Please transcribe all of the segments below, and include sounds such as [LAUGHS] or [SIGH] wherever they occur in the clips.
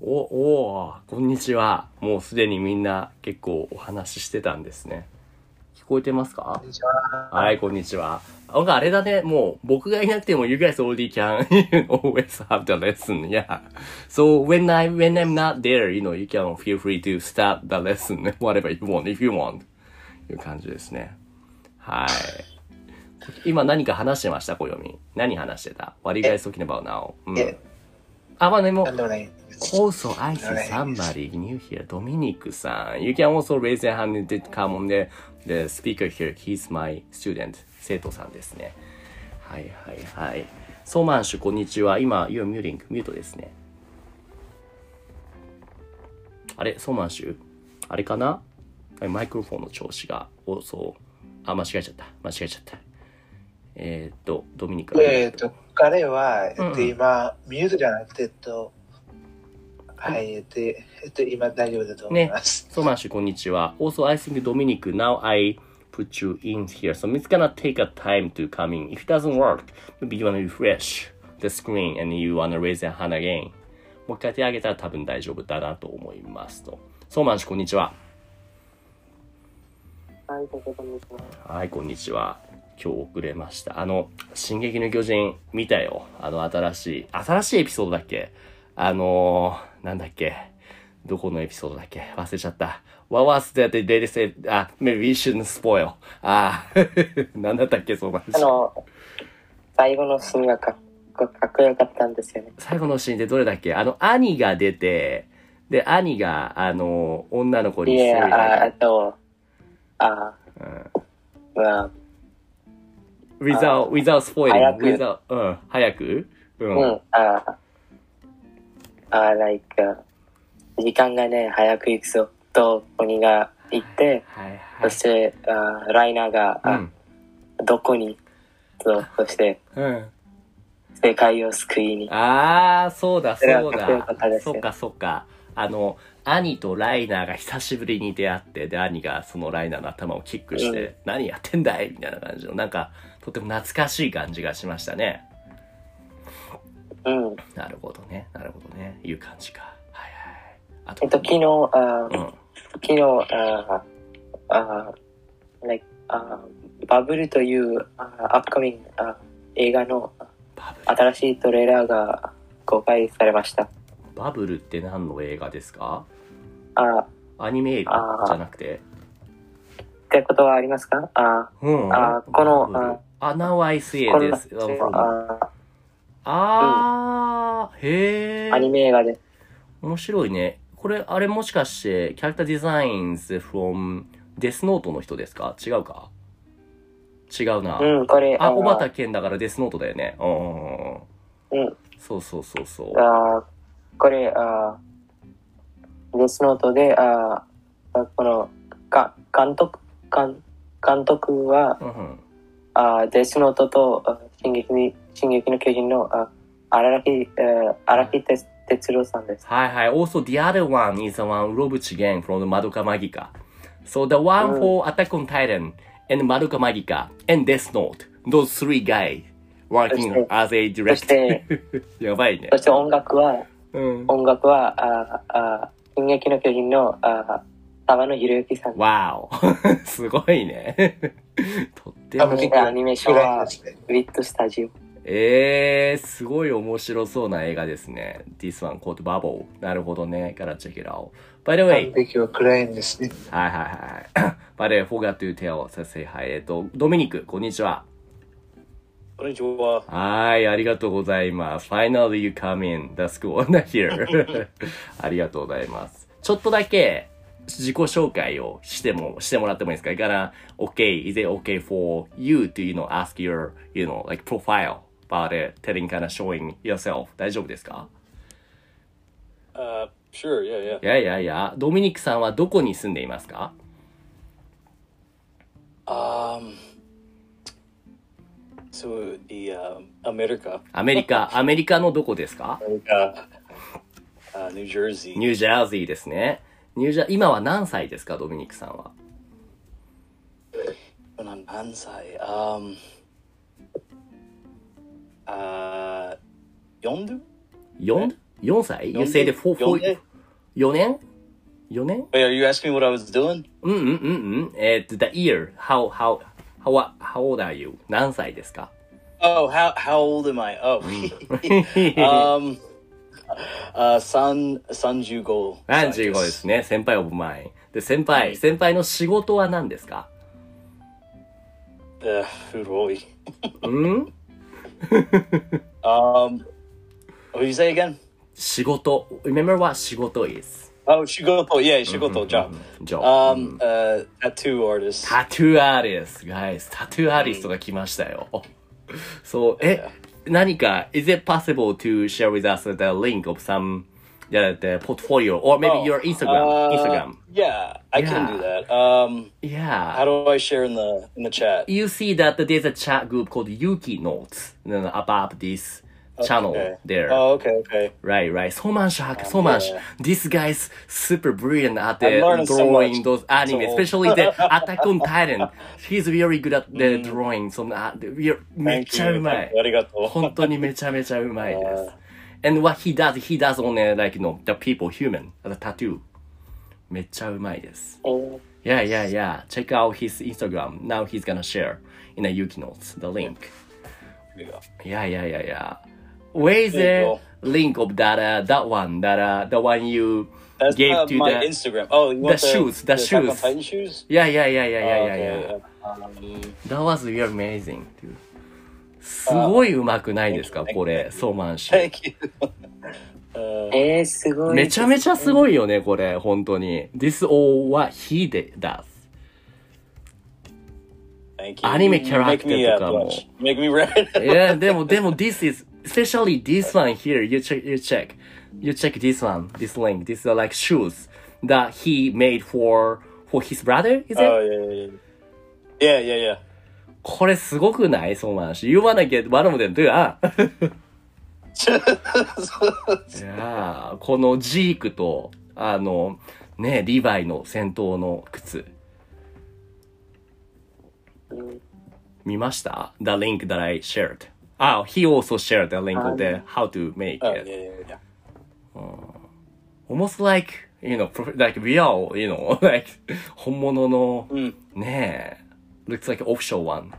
おおーこんにちはもうすでにみんな結構お話ししてたんですね聞こえてますかこんにちは。はい、こんにちは。なんかあれだね、もう僕がいなくても you guys already can [LAUGHS] you know, always have the lesson, yeah. So when I, when I'm not there, you know, you can feel free to start the lesson, [LAUGHS] whatever you want, if you want. いう感じですね。はい。今何か話してました、小読み。何話してた ?What are you guys talking about now? うんえ。あ、まあでもなん、でもないです。 Also, I see somebody new here. ドミニクさん。You can also raise your hand and come on the, the speaker here. He's my student. 生徒さんですね。はいはいはい。ソーマンシュ、こんにちは。今、You're muting. ミュートですね。あれ、ソーマンシュあれかなはいマイクロフォンの調子が、おそう。あ、間違えちゃった。間違えちゃった。えー、っと、ドミニク。えっと、彼は、えっうんうと、ん今、ミュートじゃなくて、えっと、はい、えっと、えっと、今大丈夫だと思いねます。 So much, こんにちは。Also, I think Dominic, now I put you in here. So it's gonna take a time to come in. If it doesn't work, maybe you wanna refresh the screen and you wanna raise your hand again. もう一回手挙げたら多分大丈夫だなと思いますと。So much, こんにちは。はい、こここんにちは。はい、こんにちは。今日遅れました。あの、進撃の巨人見たよ。あの、新しい、新しいエピソードだっけあのー、なんだっけどこのエピソードだっけ忘れちゃった。What was that they they said? あ、maybe we shouldn't spoil. あ [LAUGHS] ー、なんだったっけその話あの、最後のシーンがかっこかっこよかったんですよね。最後のシーンでどれだっけあの、兄が出て、で、兄が、あの、女の子いにや、あある。と、あ、うん、 without, without 早 spoiling. く without, うん、早くううん、あ、あ、like、時間がね、早く行くぞ、と鬼が言って、はいはいそし。て、あライナーが、うあん。どこにと、そして、うん。世界を救いに。ああ、そうだ、それはそうかっこよかっただ。ですそよっか、そっか。あの、兄とライナーが久しぶりに出会って、で、兄がそのライナーの頭をキックして、う何やってんだいみたいな感じの、なんか、とても懐かしい感じがしましたね。うん。なるほどね、なるほどね。いう感じか。はいはい。あとえっと、昨日、あうん。昨日、あーあー like あーバブルというアップカミング映画のバブル。新しいトレーラーが公開されました。バブルって何の映画ですかあーっアニメ映画じゃなくて。てことはありますかあうん。あーこのバブルあ、Now I see ーこ it のであす。ああー、へえ。ーアニメ映画で。面白いね。これ、あれもしかして、キャラクターデザインズ from デスノートの人ですか違うか違うな。うん、これ、あ、ー小畑健だからデスノートだよね。うんうんうんうん。うん、そうそうそうそう。あーこれ、あーデスノートで、あーこのか監督監監督は、うんうん。あーデスノートとあ進撃に進撃の巨人のあ荒木えー荒木哲哲郎さんです。はいはい。Also, the other one is the one, ロブチゲン from the マドカマギカ。So, the one うん for Attack on Titan and マドカマギカ and Death Note. Those three guys そし working て as a そして director. [LAUGHS] やばいねそ。して音楽はうん。音楽はああ進撃の巨人のあ沢野博之さん。わお [LAUGHS] すごいね。 [LAUGHS] とって多も分。結でアニメーション暗いはですね。ウィットスタジオ。えー、すごい面白そうな映画ですね。This one called Bubble. なるほどね。から check it out. By the 完 way, 璧は暗いんですね。はいはい [COUGHS] はい。By the way, forgot to tell, say, say hi. えっと、ドミニク、こんにちは。こんにちは。はい、ありがとうございます。Finally you come in the school, [LAUGHS] not here. [LAUGHS] ありがとうございます。ちょっとだけ自己紹介をしても、してもらってもいいですか ?Gonna, okay, is it okay for you to, you know, ask your, you know, like profile about it, telling, kind of showing yourself. 大丈夫ですか Uh, sure, yeah, yeah. いやいやいや、ドミニクさんはどこに住んでいますか Um, so the um, America, アメリカ、アメリカのどこですか uh, uh, New Jersey. ニュージャージーですね。ニュージャ今は何歳ですかドミニクさんは。 Onan Pansai. Um, uh, Yondu. Yond? 4歳 ?You 四 said 4, 四年 4, 4年 ?4 年 Wait, are you asking me what I was doing? うんうんうんうん。えっと、the year. How, how, how, how old are you? 何歳です [LAUGHS] か Oh, how how old am I? Oh, [LAUGHS] um, uh, san sanjugo. 35ですね。先輩 of mine. で、先輩、先輩の仕事は何ですか Uh, furoi. うん [LAUGHS] Um, what do you say again? 仕事。Remember what 仕事 is? Oh, shigoto. Yeah, Mm-hmm, shigoto job. じゃあ、 Um, uh, tattoo artist. タトゥーアーティスト、guys。タトゥーアーティストが来ましたよ。そう、え、何か、is it possible to share with us the link of some, yeah, the portfolio or maybe Oh, your Instagram? uh, Instagram. Yeah, I Yeah. can do that. Um, Yeah. how do I share in the in the chat? you see that there's a chat group called Yuki Notes you know, above this channel Okay. there. Oh, okay, okay. Right, right. So much, hack, so much. yeah. This guy's super brilliant at I'm the learning so drawing much. those anime, So- especially [LAUGHS] the Attack on Titan. He's very good at the drawing. So, uh, we're- Mm. Thank you. [LAUGHS] めっちゃうまい。 arigato. 本当にめちゃめちゃうまいです。And what he does, he does on a, like, you know, the people, human, the tattoo. めっちゃうまいです。Yeah, yeah, yeah. Check out his Instagram. Now he's gonna share in the Yuki Notes the link. There you go. Yeah, yeah, yeah, yeah. Where is There you the go. link of that, uh, that one, that, uh, the one you That's gave uh, to my the... Instagram. Oh, you want the the shoes, the Attack on shoes. Titan shoes. Yeah, yeah, yeah, yeah, yeah, Oh, yeah, yeah. okay. Um, That was really amazing, dude. すごい上手くないですかこれ、ソーマン氏。 thank you. [LAUGHS] uh, えー、すごい。めちゃめちゃすごいよね、これ、本当に。This all what he did- does. thank you. Anime You Make me character uh, とかも。 blush. Make [LAUGHS] me red. いや、でも、でも、this is, especially this one here, you check, you check, you check this one, this link, this are like shoes that he made for, for his brother, is it? [LAUGHS] oh yeah, yeah, yeah, yeah, yeah. yeah. これすごくないそうなんし。You wanna get one of them, do [LAUGHS] you? いやーこのジークと、あの、ね、リヴァイの戦闘の靴。見ました ?The link that I shared. あ、he also shared the link of the how to make oh, yeah, it. yeah, yeah. almost like you know prof- like we are you know [LAUGHS] like 本物の、んねえ looks like official one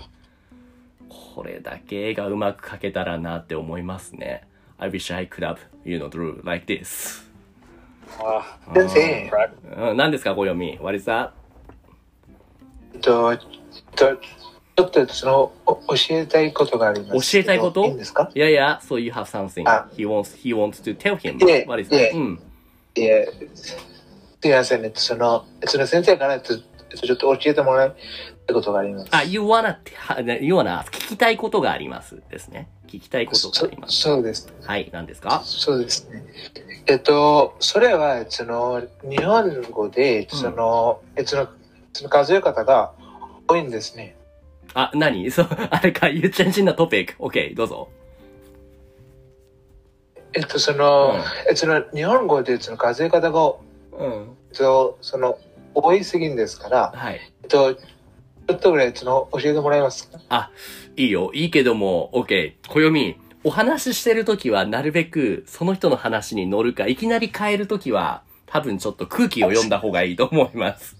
これだけがうまく描けたらなって思いますね I wish I could have you know drew like this Ah, 先生、うん何ですか小読み What is that? えっと、ちょっと、ちょっとその、お教えたいことがあります教えけど。たいこといいんですかいやいや So you have something あ he wants he wants to tell him いえ What is い that? えうんいや、すいませんね。その、その先生からえっとちょっと教えてもらいたいことがあります。あ You wanna you wanna 聞きたいことがありますですね聞きたいことがありますそそうです。はい何ですかそうですね。えっと、それは、その、日本語で、その、えその、その数え方が多いんですね。あ、何 [LAUGHS] そう、あれか、you changing the topic. OK, どうぞ。えっと、その、うんえその、日本語で、その数え方が、うん。えっと、その、多いすぎんですから、はい。えっと、ちょっとぐらい、その、教えてもらえますかあ、いいよ。いいけども、OK。暦、お話ししてるときは、なるべく、その人の話に乗るか、いきなり変えるときは、多分ちょっと空気を読んだ方がいいと思います。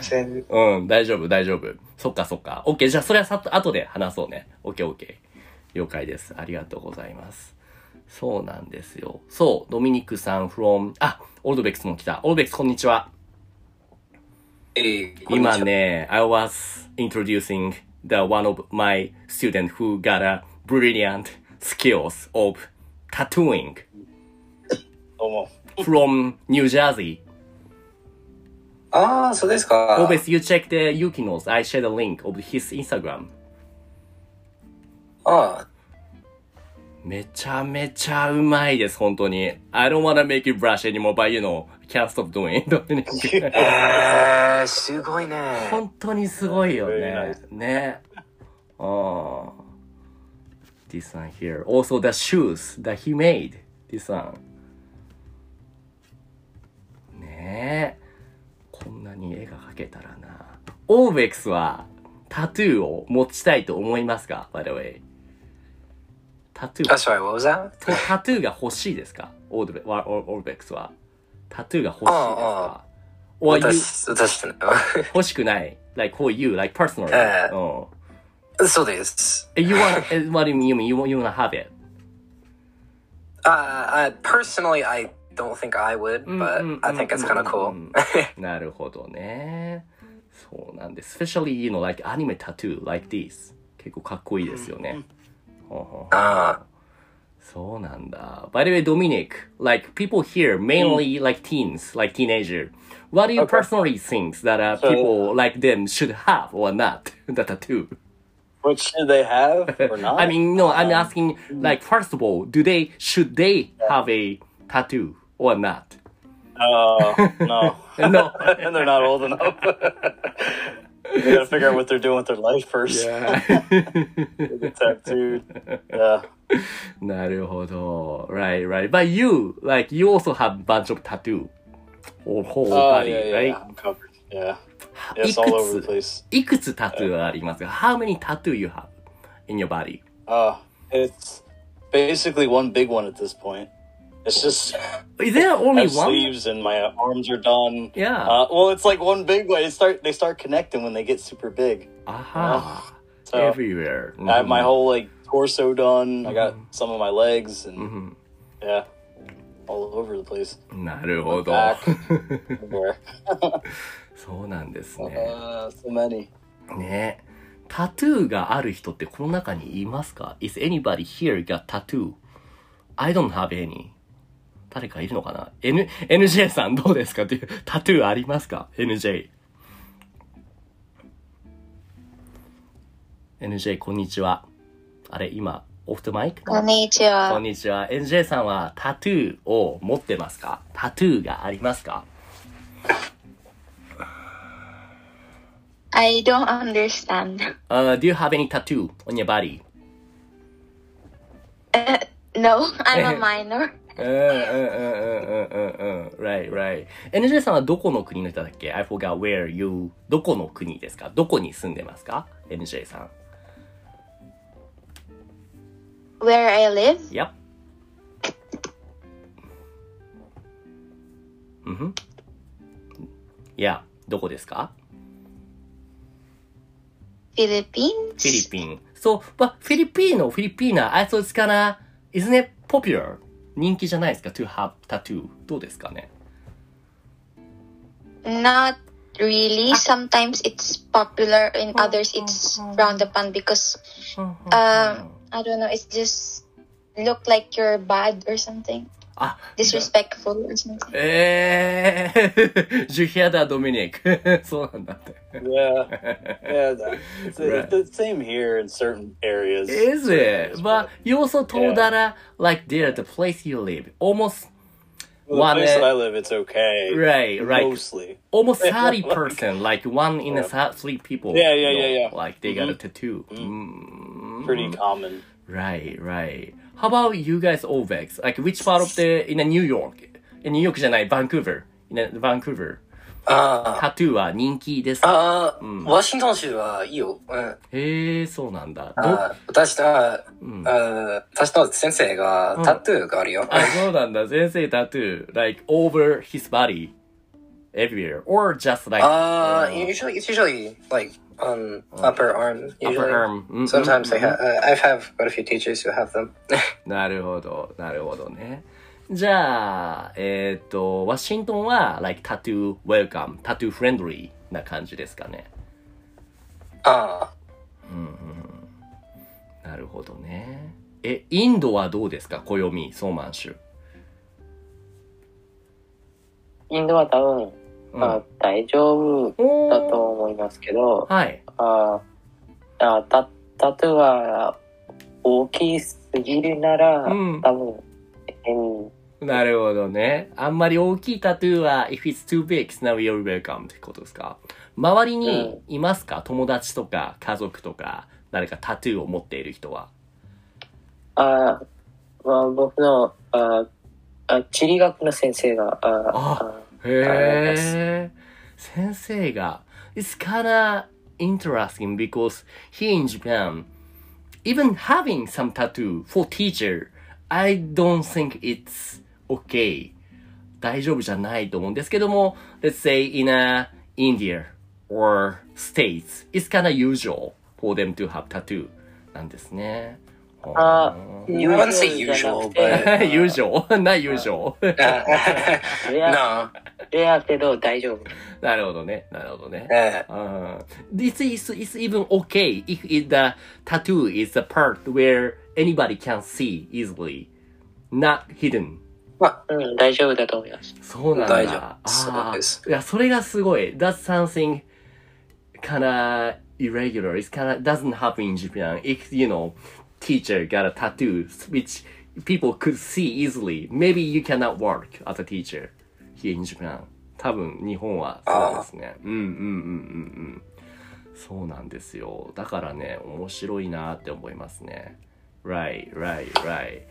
せんうん、大丈夫、大丈夫。そっかそっか。OK、じゃあそれはさ、後で話そうね。OK、OK。了解です。ありがとうございます。そうなんですよ。そう、ドミニクさん from、あ、オルドベックスも来た。オルドベックス、こんにちは。今ね、I was introducing the one of my student who got a brilliant skills of tattooing Domo. from New Jersey. ああ、そうですか。 Always you check the Yukino's. I share the link of his Instagram. あめちゃめちゃうまいです、本当に。I don't wanna make you brush anymore, but you know, can't stop doing it. あ。えー、すごいね。本当にすごいよ Very ね。ね。うん。This one here. Also the shoes that he made. This one. ねえ。こんなに絵が描けたらな。オーベックスはタトゥーを持ちたいと思いますか ?by the way. タトゥー I'm sorry, what was that? とタトゥーが欲しいですかオールベオールベックスは。タトゥーが欲しいですか or you, 私、私の。 [LAUGHS] 欲しくない ?like for you, like personally.、ええうんそうです。え You want, [LAUGHS] eh, what do you mean? You, want- you wanna have it? Uh, uh, personally, I don't think I would, but I think it's kind of cool. [LAUGHS] なるほどね。そうなんです。especially, you know, like anime tattoo like this. 結構かっこいいですよね。ほうほうほうあそうなんだ。By the way, Dominic, like people here, mainly like teens, like teenager, what do you personally think that uh, people like them should have or not [LAUGHS] the tattoo? What should they have [LAUGHS] or not? I mean, no, Oh. I'm asking, like, first of all, do they, should they have a tattoo or not? Oh, no. [LAUGHS] No. and [LAUGHS] they're not old enough. [LAUGHS] they gotta figure out what they're doing with their life first. Tattooed. Yeah. [LAUGHS] なるほど。Right, right. But you, like, you also have bunch of tattoo. Or whole Oh, body, yeah, yeah, right? yeah. I'm covered. Yeah. い It's く all over the つ、 place. いくつタトゥーありますか ?How many tattoo you have in your body? Uh, it's basically one big one at this point. It's just Is there only my one? sleeves and my arms are done. Yeah. Uh, well, it's like one big one. They start they start connecting when they get super big. あは uh, So everywhere. Mm-hmm. I have my whole like torso done. I got some of my legs and うん。 yeah, all over the place. Mm-hmm. なるほど。 Back. Everywhere. [LAUGHS] そうなんですね。 [LAUGHS] Uh, so many. ね。タトゥーがある人ってこの中にいますか ?Is anybody here got tattoo?I don't have any. 誰かいるのかな ?N、NJ さんどうですかっていう、タトゥーありますか ?NJ。NJ、こんにちは。あれ、今、オフトマイクこんにちは。こんにちは。NJ さんはタトゥーを持ってますかタトゥーがありますか I don't understand. [LAUGHS] Uh, do you have any tattoo on your body? No, I'm a minor. うんうんうんうんうんうんうん。Right, right. NJ さんはどこの国の人だっけ ?I forgot where you, どこの国ですかどこに住んでますか ?NJ さん。 Where I live? Yep. うんふんいや、どこですか Philippines? Philippine. So, but Filipino, Filipina, I thought it's kinda, isn't it popular? 人気じゃないですか to have tattoo. どうですかね Not really. Sometimes it's popular, in others it's frowned upon because, um, I don't know, it's just look like you're bad or something. あ、 Disrespectful or something. えー、 [LAUGHS] ジュヒアダ・ドミニク。そうなんだって。 Yeah, [LAUGHS] yeah. that- It's, Right. it's the same here in certain areas. Is [LAUGHS] it? But you also told Yeah. that, uh, like, there, the place you live, almost, Well, the One, place uh, that I live, it's okay. right, right, Mostly. [LAUGHS] almost 30 person, like one in a thir- three people. Yeah, yeah, you know, yeah, Mm-hmm. yeah. Like, they got a Mhm. tattoo. Mm. Pretty common. Right, right. How about you guys, Ovex? Like, which part of the, in a New York? In New York じゃない、バンクーバー。in a- Vancouver. あタトゥーは人気ですあ、かああ、ワシントン州はいいよ。うん。へえ、そうなんだ。どあー私と、あうんー私と先生がタトゥーがあるよ。 [LAUGHS] あ、そうなんだ。先生タトゥー、like over his body, everywhere, or just like ああ、うん Uh, usually, it's usually like on Oh. upper arm. upper Mm, usually. arm. うん Sometimes う they んうん have, uh, I've have quite a few teachers who have them. [LAUGHS] なるほど、なるほどね。じゃあ、えっ、と、ワシントンは like タトゥー welcome, タトゥー friendly な感じですかね。あなるほどね。え、インドはどうですか暦、ソーマン州。インドは多分、うんまあ、大丈夫おだとー思いますけど、はい。あーあタタトゥーは大きすぎるなら、うん多分変なるほどね。あんまり大きいタトゥーは、if it's too big, it's not really welcome ってことですか周りにいますか、友達とか家族とか、誰かタトゥーを持っている人は。あー、まあ、僕のあーあ地理学の先生があーあへへえ。先生が、it's kinda interesting because here in Japan, even having some tattoo for teacher, I don't think it's okay. 大丈夫じゃないと思うんですけども、let's say in a India or States, it's kinda usual for them to have tattoo なんですね。 [LAUGHS] あ I wouldn't say usual, but [LAUGHS] usual, not usual. uh, レア、 no. レアけど大丈夫。 [LAUGHS] なるほどね、なるほどね。 Uh, Uh, this is it's even okay if it, the tattoo is the part where anybody can see easily, not hidden. うん、大丈夫だと思います。そうなんだ。大丈夫あーそうです。いや、それがすごい。That's something kinda irregular. It's kinda doesn't happen in Japan. If, you know, teacher got a tattoo, which people could see easily, maybe you cannot work as a teacher here in Japan. 多分、日本はそうですね。うんうんうんうんうん。そうなんですよ。だからね、面白いなって思いますね。Right, right, right.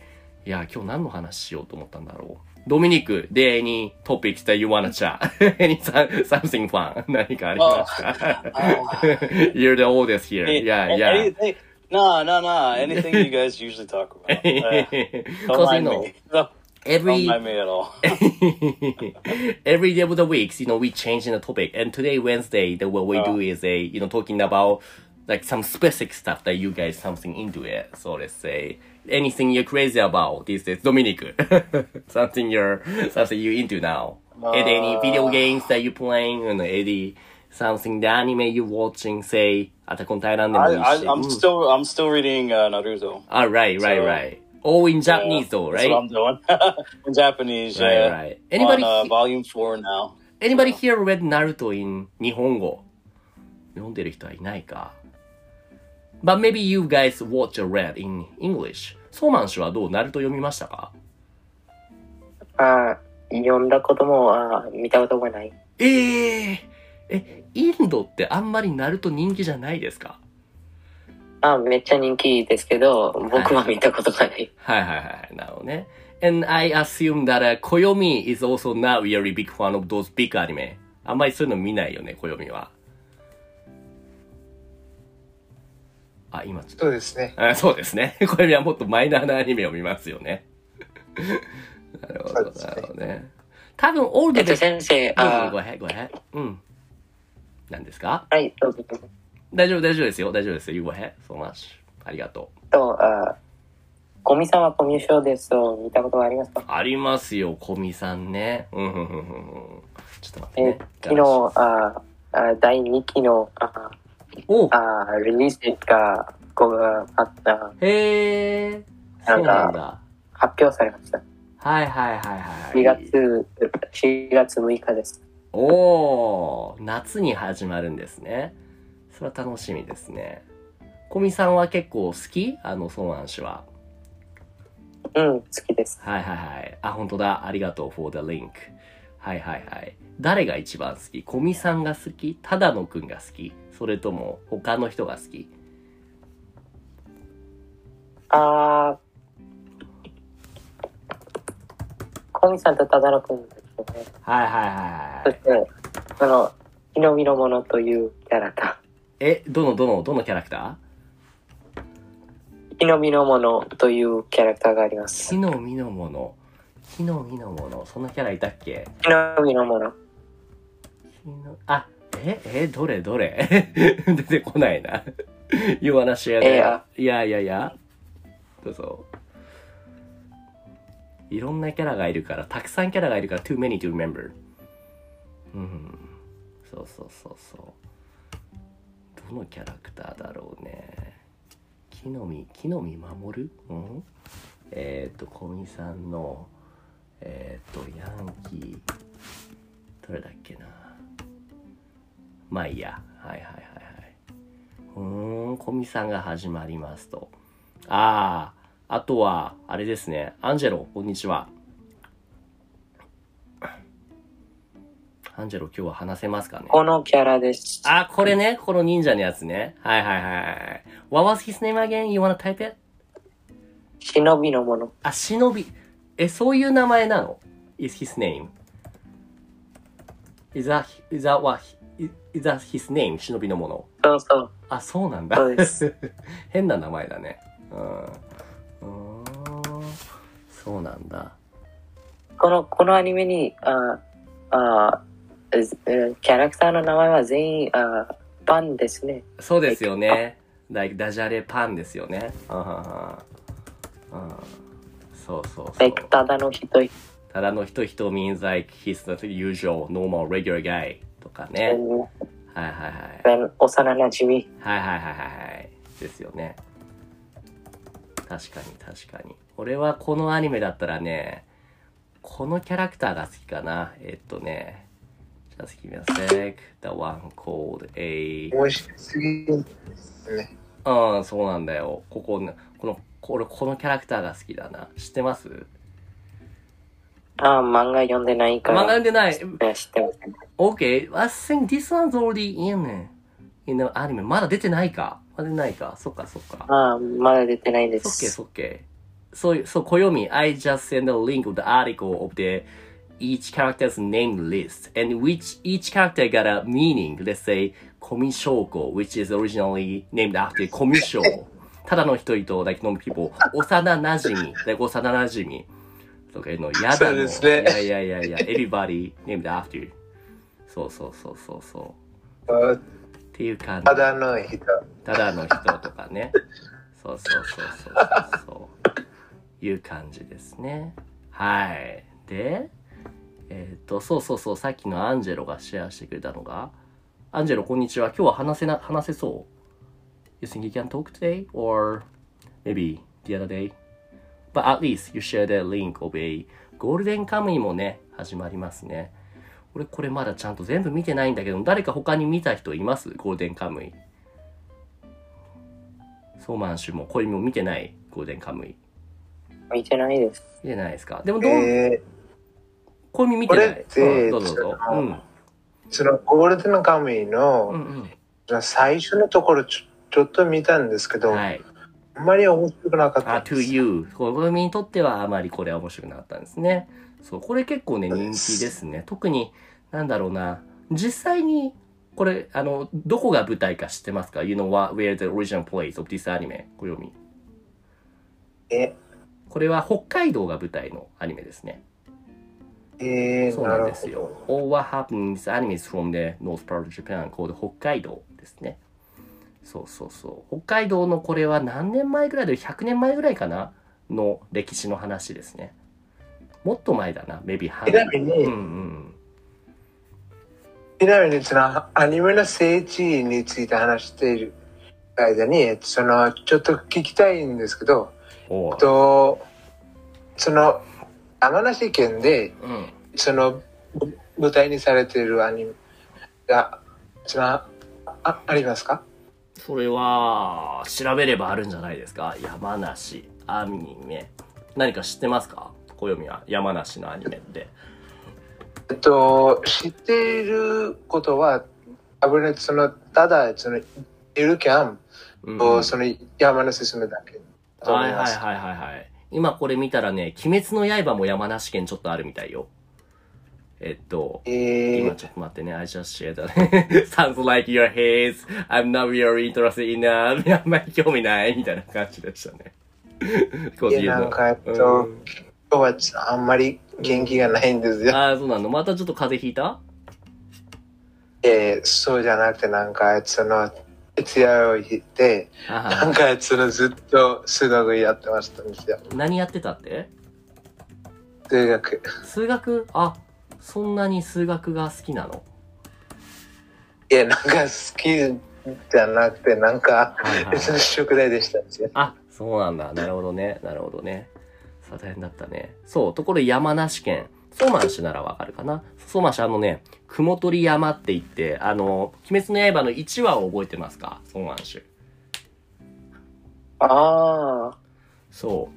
いや、今日何の話しようと思ったんだろう。ドミニク、で、any topics that you wanna chat? [LAUGHS] any some- something fun? [LAUGHS] 何かありました [LAUGHS] ?You're the oldest here. Any- Yeah, a- yeah. [LAUGHS] anything- no, no, no. Anything you guys usually talk [LAUGHS] about. Uh, don't Because, you mind know, [LAUGHS] me. Don't, don't every, mind me at all. [LAUGHS] every day of the weeks, you know, we change the topic. And today, Wednesday, the what we Oh. do is a, you know, talking about like some specific stuff that you guys something into it. So let's say anything you're crazy about these days, Dominic. [LAUGHS] something you're something you into now. and Uh. any video games that you playing and any something the anime you watching, say Attack on Titan. and [LAUGHS] I, you say, I, I'm "Mm." still I'm still reading uh, Naruto. Ah, right, right, So- right. All in Japanese though, That's right? what I'm doing [LAUGHS] in Japanese. Right, yeah. right. Anybody on uh, he- volume four now? Anybody here read Naruto in 日本語読んでる人はいないか。But maybe you guys watch or read in English. ソーマン氏はどうナルト読みましたかあー読んだことも、あー見たこともない。えええ、インドってあんまりナルト人気じゃないですかあーめっちゃ人気ですけど、僕は見たことがない。はいはいはい。なるほどね。And I assume that、uh, Koyomi is also not really big fan of those big anime. あんまりそういうの見ないよね、Koyomi は。あ、今ちょっとそうですね。あそうですね。 [LAUGHS] これはもっとマイナーなアニメを見ますよね。 [LAUGHS] なるほど、なるほどね。多分、オールドえっと、で、先生、どうあぞ、ーごへん、ごへん。うん。何ですかはい、どうぞ。どうぞ大丈夫、大丈夫ですよ。大丈夫ですよ。You go ahead so much. ありがとう。と、あーコミさんはコミュ障ですを見たことはありますかありますよ、コミさんね。うん、うん、うん、うん。ちょっと待ってえね。昨日、あーあー第2期のあおーあーリリースがこうあったへえ。なそんかうなんだ。発表されました。はいはいはいはい。 4月、4月6日です。おー、夏に始まるんですね。それは楽しみですね。コミさんは結構好きあの、ソーマン氏は。うん、好きです。はいはいはい。あ、本当だ。ありがとう for the link。はいはいはい。誰が一番好きコミさんが好きただのくんが好きそれとも他の人が好きあー、コミさんとタダロ君ですね。はいはいはいそはい。して、その、日の見のものというキャラか。え、どのどの、どのキャラクタ日の見のものというキャラクターがありまーす木。の実のもの。木の実のもの。そんなキャラいたっけ日の見のもの。気のあええどれどれ [LAUGHS] 出てこないな You wanna share that? いやいやいやいやどうぞいろんなキャラがいるからたくさんキャラがいるから too many to remember うんそうそうそうそうどのキャラクターだろうね木の実木の実守る、うん、えっ、ー、と小見さんのえっ、ー、とヤンキーどれだっけなまあいいやはいはいはいはいふーん古見さんが始まりますとあああとはあれですねアンジェロこんにちはアンジェロ今日は話せますかねこのキャラです。あ、これね、この忍者のやつね。はいはいはいはい。What was his name again? You wanna type it? 忍びのもの。あ、忍び。え、そういう名前なの ?is his name? Is that, is that what is is that his name? 忍びのもの。そうそう。あ、そうなんだそうで。す [LAUGHS] 変な名前だね。うん。うーんそうなんだ。この、このアニメに、ああえーキャラクターの名前は全員、あパンですね。そうですよね。like ダジャレパンですよね。うんうんうんうんそうそうそう。 like ただの人一ただの人人 means like he's the usual normal regular guy とかね。人、はいはいはい。幼なじみ。はいはいはいはいはいですよね確かに確かに俺はこのアニメだったらねこのキャラクターが好きかなえっとね Just give me a sec The one called a 美味しすぎるんですね。うんそうなんだよここねこのこ俺このキャラクターが好きだな知ってますあ漫画読んでないか漫画ら。読んでないね知ってます。 Okay, I think this one's already in in the anime まだ出てないかまだ出てないかそっかそっかあまだ出てないでそっけす。そっけ。そういう、そう、暦、I just send a link of the article of the each character's name list and which each character got a meaning. Let's say, コミショーコ which is originally named after コミ [LAUGHS] ショー。ただの人々、like non people, 幼馴染み、like 幼馴染み。とかいうの、やだそうの。ですねいやいやいやいや、everybody named after. そうそうそうそうそう。あっていう感じ。ただの人。ただの人とかね。そうそうそうそうそうそう。いう感じですね。はい。で、えっ、と、そうそうそう、さっきのアンジェロがシェアしてくれたのが、アンジェロ、こんにちは。今日は話せな、話せそう ?You think you can talk today? Or maybe the other day? But at least you share the link of a ゴールデンカムイもね、始まりますね。俺これまだちゃんと全部見てないんだけど、誰か他に見た人いますゴールデンカムイ。ソーマンシュも恋も見てないゴールデンカムイ。見てないです。見てないですかでもどう、え恋見てない。これってうんどうぞどうぞ。うん。ーそのゴールデンのカムイうのん最初のところちょちょっと見たんですけうど、ん。はい。あんまり面白くなかったあ、で to す。 you。恋にとってはあまりこれは面白くなかったんですね。そう、これ結構ね、人気ですね。特に、なんだろうな。実際に、これ、あの、どこが舞台か知ってますか ?You know what, where the origin place of this anime? これ読み。えこれは北海道が舞台のアニメですね。えー、そうななんるでほすどよ。。All what happens animes from the north part of Japan called 北海道ですね。そうそうそう。北海道のこれは何年前ぐらいで ?100 年前ぐらいかなの歴史の話ですね。もっと前だな。maybe 半ちなみに、うんうん。ちなみにそのアニメの聖地について話している間にそのちょっと聞きたいんですけどおう。とその山梨県でうん。そのぶ舞台にされているアニメがそのあありますかそれは、調べればあるんじゃないですか山梨、アニメ。何か知ってますか暦は山梨のアニメって。えっと知っていることはあぶねそのただそのいるキャンうんプをその山梨進めだけだと思はいいはまいす。はいはいはい。今これ見たらね、鬼滅の刃も山梨県ちょっとあるみたいよ。えっと、えー今ちょっと待ってね、I just shared that. [LAUGHS] Sounds like your heads. I'm not really interested in that. [LAUGHS] あんまり興味ないみたいな感じでしたね。 [LAUGHS] こういや言うのなんかえっと、うん今日はちょっとあんまり元気がないんですよ。ああ、そうなのまたちょっと風邪ひいたえーそうじゃなくてなんかその徹夜を引いてあはなんかそのずっと数学やってましたんですよ。何やってたって数学。数学あ、そんなに数学が好きなのいやなんか好きじゃなくてなんかはいはい別の宿題でしたんですよ。あそうなんだなるほどねなるほどねさあ大変だったねそうところで山梨県ソーマン氏ならわかるかなソーマン氏あのね雲取山って言ってあの「鬼滅の刃」の1話を覚えてますかソーマン氏あそ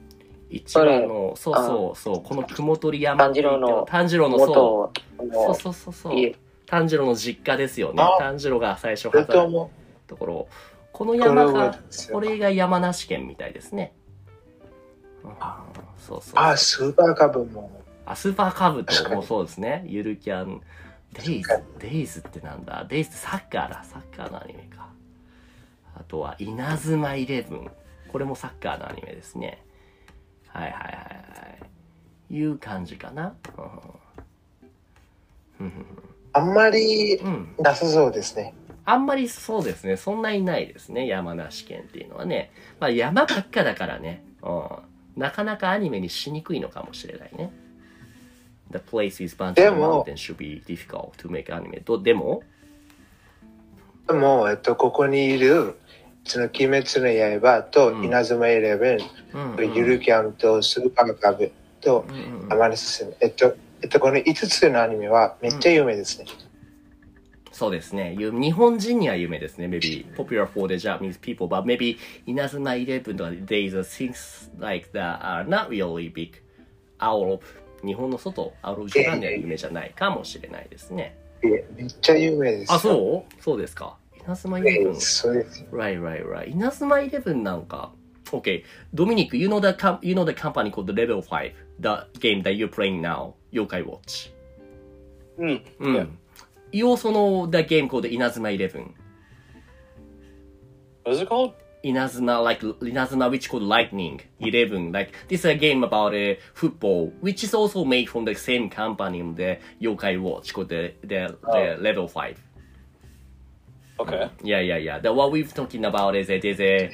う1話のそうそうそうこの雲取山って言って炭治郎の炭治郎あ、のそ元うそうそうそうそう家。炭治郎の実家ですよねあ炭治郎が最初それ働といたもところこのこれ山覚えがたんですこよ。れが山梨県みたいですねうんそうそうそうあスーパーカブもあ、スーパーカブ確トかにもそうですね。ゆるキャンデイズ、デイズってなんだデイズってサッカーだ。サッカーのアニメか。あとは、稲妻イレブン。これもサッカーのアニメですね。はいはいはいはい。いう感じかな。うん。あんまりうんうん。なさそうですね。あんまりそうですね。そんなにないですね。山梨県っていうのはね。まあ山ばっかだからね。うん。なかなかアニメにしにくいのかもしれないね。The place is bunch で of も mountains should be difficult to make anime. と、でもでも、えっと、ここにいる、その、鬼滅の刃とうん稲妻イレブン、うんうんゆるキャンとスーパーカブと、うんうんあまり進む。えっと、えっと、この5つのアニメはめっちゃ有名ですね。そうですね。ゆ日本人には有名ですね。Maybe popular for the Japanese people, but maybe 稲妻イレブンとか there's things like that are not really big out of 日本の外、out of Japan では有名じゃないかもしれないですね。いえめっちゃ有名ですよ。あ、 [LAUGHS] そうそうですか。稲妻イレブえンえ。そうです。 Right, right, right. 稲妻イレブンなんか。Okay, Dominic, you know the, com- you know the company called Level 5, the game that you're playing now, Yokai Watch. Mm. うん。You also know the game called 稲妻11. What is it called? Inazuma like Inazuma which called Lightning Eleven. Like this is a game about uh, football, which is also made from the same company on the Yokai Watch called the the, the level five. Okay. Yeah, yeah, yeah. The what we've talking about is that there's a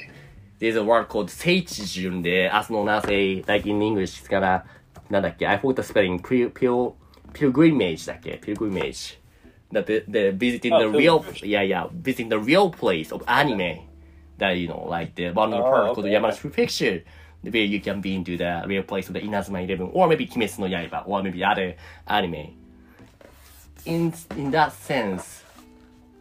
there's a word called Seijun there, as known as a like in English it's gonna なんだっけ I forgot the spelling pil, pil, pilgrimage だっけ pilgrimage that the, the visiting Oh, the real pilgrimage. yeah yeah visiting the real place of anime that you know like the one in the Oh, park called okay. Yamanashi Prefecture where you can be into the real place of the Inazuma Eleven or maybe Kimetsu no Yaiba or maybe other anime in in that sense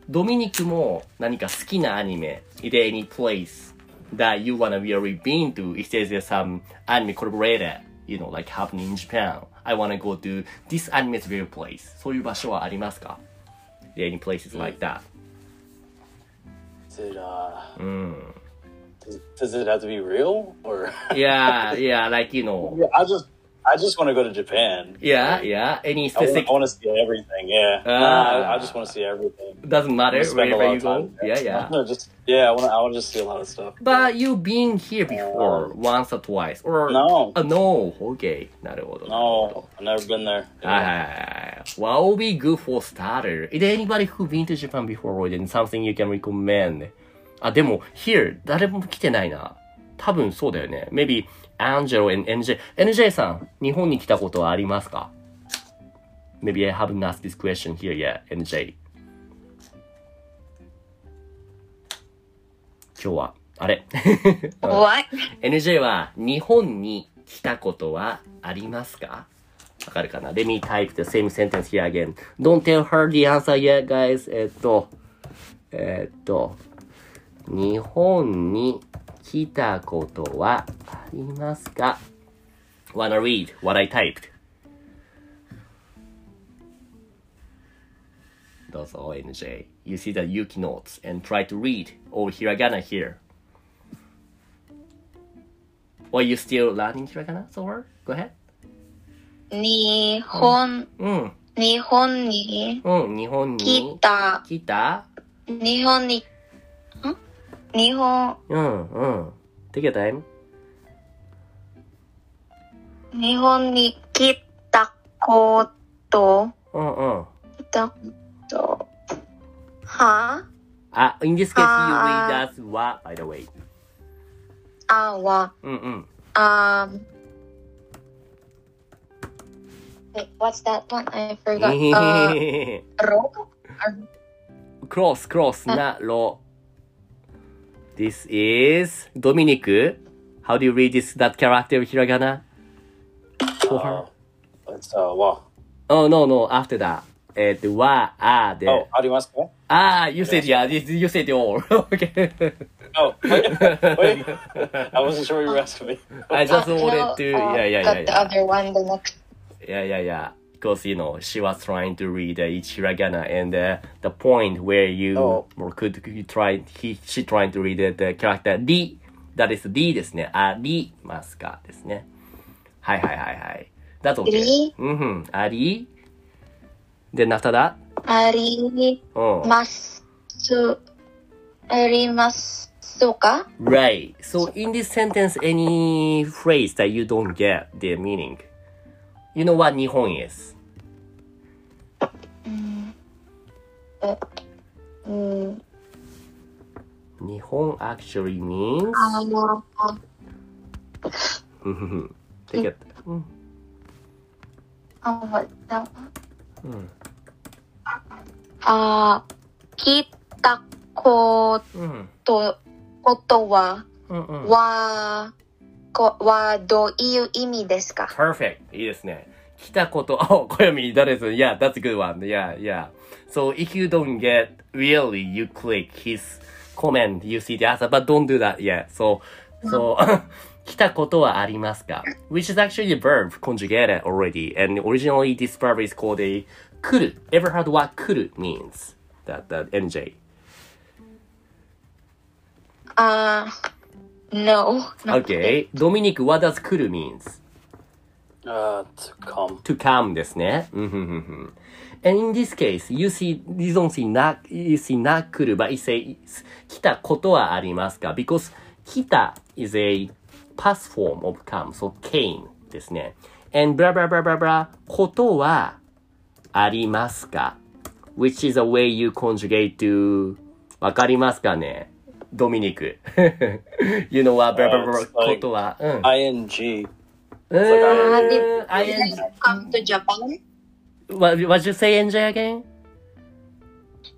ドミニクも何か好きなアニメ、Is there any place that you wanna really be into? If there's some anime collaborator, you know, like happening in Japan, I wanna go to this anime's real place. そういう場所はありますか Is there any places Mm. like that? Is it, uh, うん。 does, does it have to be real [LAUGHS] or? [LAUGHS] Yeah, yeah, like you know. Yeah, I just I just want to go to Japan. Yeah, yeah. Any I want, specific I want to see everything. Yeah, Ah. Nah, I, I just want to see everything. doesn't matter I'ma spend a lot wherever you of go. time Yeah, there. yeah. [LAUGHS] No, just yeah. I want to. I want to just see a lot of stuff. But you've been here before once or twice or No. h no. Okay. なるほど。 No, I've never been there. Yeah. はいはいはいはい。What would be good for starter? Is there anybody who been to Japan before or then something you can recommend? あ、でも、here, 誰も来てないな。多分そうだよね。Maybe Angelo and NJ. NJ さん、日本に来たことはありますか Maybe I haven't asked this question here yet, NJ. 今日は、あれ What? NJ は日本に来たことはありますかわかるかな ?Let me type the same sentence here again.Don't tell her the answer yet, guys. えっと、えっと、日本に来たことはありますか ?Wanna read what I typed? どうぞ NJ. You see the Yuki notes and try to read or hiragana here. Or you still learning hiragana so far? Go ahead. 日本、うん。日本にうん。日本来にた、来た日本に、ん日本、うん。うん。Take your time. 日本に来たこと、うんうん。来たこと、は Ah, in this case, you あー read as wa, by the way. あは、うんうん。あー Wait, what's that one? I [LAUGHS] forgot. Uh, [LAUGHS] ろ cross, cross, na, ro. This is Dominic. How do you read this, that character of hiragana? So far? Uh, it's uh, wow. Oh, no, no, after that. えっと、わ、あ、で。 Oh, how do you want to? あ、you said yeah, you said all. [LAUGHS] okay. Oh, wait, wait. [LAUGHS] I wasn't sure what you were asking me. I just wanted Until, to, uh, yeah, yeah, yeah, got the yeah. other one, the next Yeah, yeah, yeah. Because you know she was trying to read uh, each hiragana, and uh, the point where you Oh. or could could you try he she trying to read uh, the character D, that is D ですね。ありますかですね。はいはいはいはい。That's okay. three. うんうん。あり。Then after that, ありうん。ます。あります。そうか Right. So in this sentence, any phrase that you don't get the meaning, you know what Nihon is. うん。 Nihon actually means. あの、 Take it. あの、なあー、聞いたこうん。と、ことは、うんうん。は、こはどういう意味ですか Perfect. いいですね。来たこと、oh, 暦誰です Yeah, that's a good one. Yeah, yeah. So if you don't get really, you click his comment, you see the answer, but don't do that yet. So, so, [LAUGHS] 来たことはありますか Which is actually a verb conjugated already. And originally this verb is called a 来る。Ever heard what 来る means? That, that NJ. あー、no. Okay. Dominic, what does 来る means? Uh, to come. to come ですね。うんふんふんふん And in this case, you see, you don't see not, you see not 来る but you say, 来たことはありますか ?because 来た is a past form of come, so came ですね。And blah blah blah blah blah ことはありますか ?which is a way you conjugate to わかりますかねドミニク。you know what, blah blah Uh, blah it's こ like- とは。うん。 Ing. うーん did- I Did you come to Japan? What, what you say, NJ again?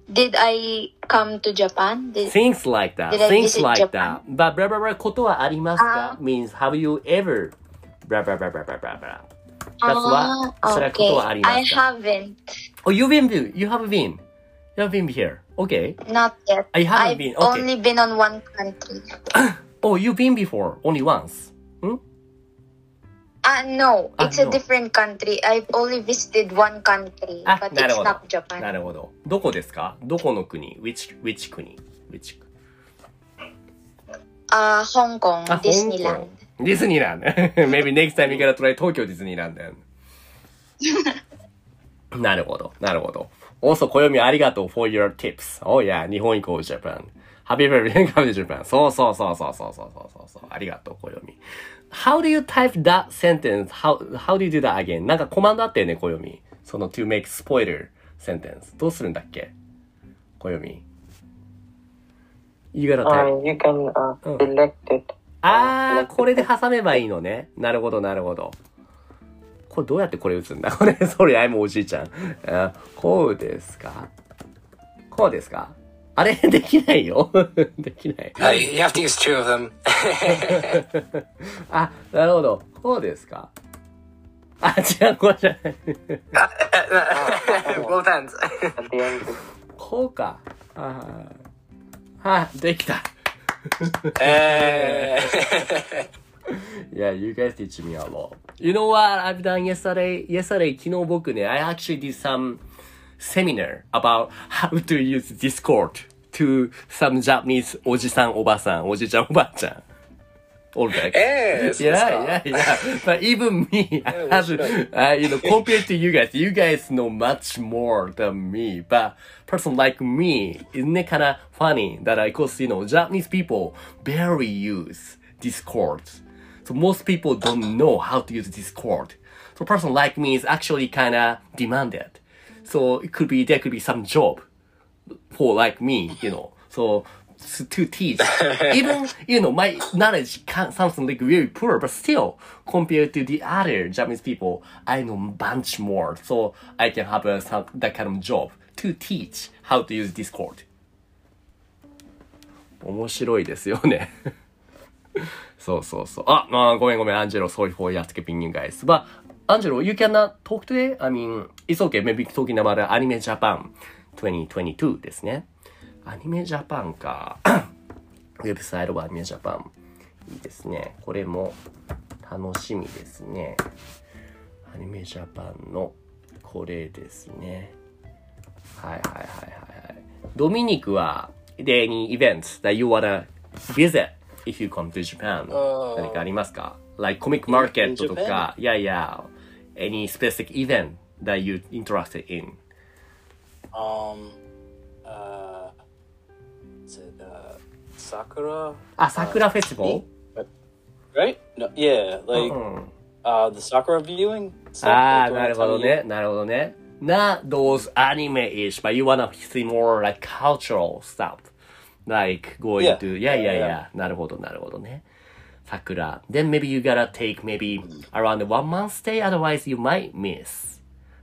Did I come to Japan? Did, Things like that. Did I Things visit like Japan? Uh-huh. that. But blah blah blah ことはありますかあ means have you ever blah blah blah blah blah blah blah. That's Ah, what それはことはあり okay. ま I すか haven't. Oh, you've been, you have been. You have been here. Okay. Not yet. I haven't I've been. Okay. only been on one country. Oh, you've been before. Only once. Ah, no. Ah, It's a no. different country. I've only visited one country, あ but なる it's ほど not Japan. なるほど。どこですかどこの国 ?which, which 国 ?which 国 Ah, Hong Kong, あ、 Disneyland. 香港ディズニーラン [LAUGHS] ド。Maybe next time you gotta try 東京ディズニーランド。なるほど、なるほど。also, 暦ありがとう for your tips. Oh yeah, 日本行こう Japan. Happy birthday, [LAUGHS] come to Japan. そうそうそうそうそうそうそうそうそう。ありがとう、暦。How do you type that sentence? How, how do you do that again? なんかコマンドあったよね、暦。その to make spoiler sentence. どうするんだっけ暦。You gotta type. Uh, you can uh, Oh. select it. あー、これで挟めばいいのね。なるほど、なるほど。これどうやってこれ打つんだ [LAUGHS] これ、それ、あいもおじいちゃん。あこうですかこうですかあれできないよ。 [LAUGHS] できない。 Uh, you have to use two of them. あ、なるほど。こうですかあ、違う、こうじゃない。 [LAUGHS] Both ends. At the end, こうか。あーあ、できた。Yeah, [LAUGHS] you guys teach me a lot. You know what I've done yesterday? Yesterday, 昨日僕ね、I actually did some seminar about how to use Discord to some Japanese おじさん、おばさん、おじいちゃん、おばあちゃん。All that. Eh, so it's not- Yeah, yeah, [LAUGHS] yeah. But even me, I have, uh, you know, compared to you guys, you guys know much more than me. But person like me, isn't it kind of funny that I, cause you know, Japanese people barely use Discord. So most people don't know how to use Discord. So person like me is actually kind of demanded. So it could be, there could be some job for like me, you know. So s- to teach, even you know my knowledge can sounds like really poor, but still compared to the other Japanese people, I know bunch more. So I can have a, some, that kind of job to teach how to use Discord. 面白いですよね。 [LAUGHS] そうそうそう。あ、まあ、ごめんごめん、アンジェロ、sorry for your skipping you guys. But, アンジェロ、you cannot talk today? I mean, it's okay, maybe talking about anime Japan 2022ですね。アニメジャパンか。 [COUGHS] ウェブサイトはアニメジャパン。いいですね。これも楽しみですね。アニメジャパンのこれですね。はいはいはいはいはい。ドミニクは、で、any events that you wanna visit if you come to Japan? 何かありますか ?like comic market in とか、いやいや、any specific event that you interested in? Um, uh, is it uh, Sakura? あ、桜フェスティバル Right? No, yeah, like うん。 uh, the Sakura viewing. So, ああ、 like, なる during the ほ time ど of year. ね。なるほどね。Not those anime-ish, but you wanna see more like cultural stuff. Like going Yeah. to, yeah, yeah, Yeah, yeah. なるほど、なるほどね。桜。Then maybe you gotta take maybe around one month stay, otherwise you might miss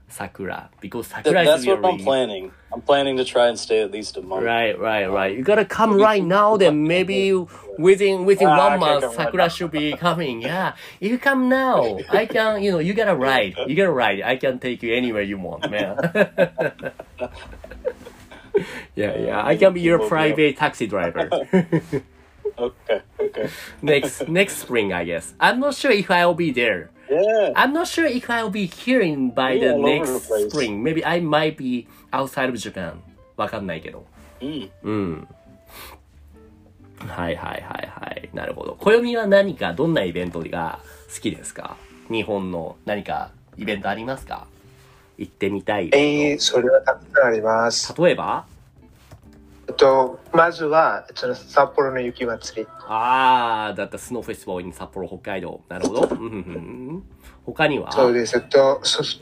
桜. Because Th- sakura is that's what I'm really... planning. I'm planning to try and stay at least a month. Right, right, right. You gotta come right now. Then maybe within within Ah, one okay, month, okay, right Sakura now. should be coming. Yeah, if you come now, I can. You know, you gotta ride. You gotta ride. I can take you anywhere you want, man. [LAUGHS] yeah, yeah. I can be your private taxi driver. [LAUGHS] Okay. Okay. next next spring, I guess. I'm not sure if I'll be there. Yeah. I'm not sure if I'll be here in by Yeah, the all over next the place. spring. Maybe I might be outside of Japan. わかんないけど。 Mm. うん。はいはいはいはい。なるほど。暦は何か、どんなイベントが好きですか日本の何かイベントありますか行ってみたい。えー、それはたくさんあります。例えばえっと、まずは、その札幌の雪まつり。あー、だったスノーフェスティバルに札幌、北海道。なるほど。うんうんうん他にはそうです。えっと、そそ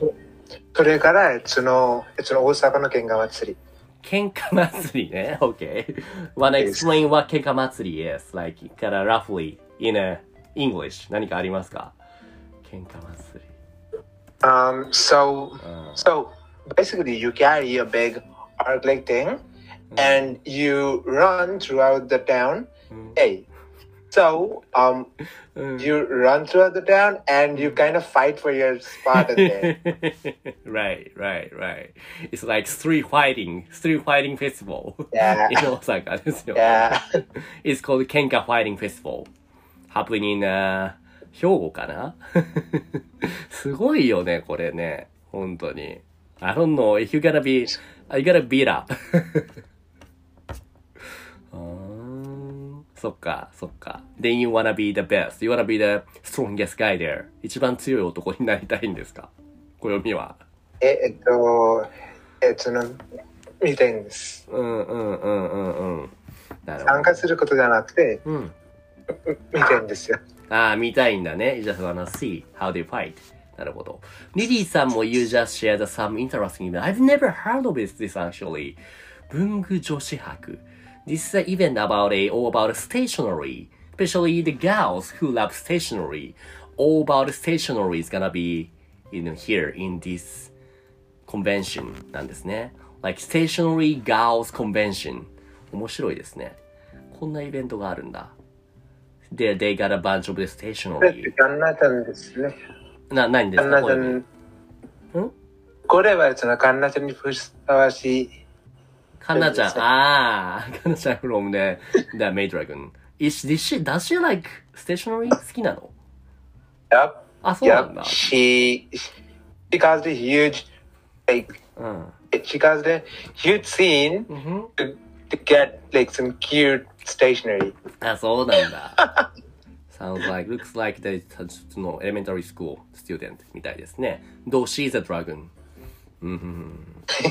それから、その、その大阪の県が祭り。喧嘩祭りね。Okay. [LAUGHS] Wanna explain what 喧嘩祭り is? Like, kind of roughly in a English. 何かありますか喧嘩祭り。 Um, so, うん so basically, you carry a big arc like thing and you run throughout the town. うん Hey. So, um, うん you run throughout the town and you kind of fight for your spot [LAUGHS] in there. right, right, right. It's like street fighting, street fighting festival [LAUGHS] Yeah. in Osaka. ですよ Yeah. It's called Kenka Fighting Festival. Happening in、uh, 兵庫かな [LAUGHS] すごいよね、これね。本当に。I don't know if you gonna be, you gonna beat up. [LAUGHS] うーんそっか、そっか。Then you wanna be the best. You wanna be the strongest guy there. 一番強い男になりたいんですか暦は。え、えっと、えっと、その、みたいんです。うんうんうんうんうん。なるほ参加することじゃなくて、ど。うん。みたいんですよ。ああ、見たいんだね。You just wanna see how they fight. なるほど。リリーさんも You just shared some interesting event. I've never heard of this, this actually. 文具女子博。This is an event about a, all about stationery. Especially the girls who love stationery. All about stationery is gonna be in here in this convention なんですね。Like stationery girls convention. 面白いですね。こんなイベントがあるんだ。で、they got a bunch of the だって [LAUGHS] stationery. 考えたんですね。な、何でカすンナかこちゃれん。これはそのカンナちゃんにふさわしい。かなちゃん、 [LAUGHS] ああ、かなちゃん from the, the May Dragon. Is this she, does she like stationery? 好きなの Yup, あ、そうなん yup. だ。 She, she caused a huge, like, うん。 she caused a huge scene うんふん to, to get, like, some cute stationery. あ、そうなんだ。Sounds like, looks like the, の elementary school student みたいですね。Though she's a dragon. うんふん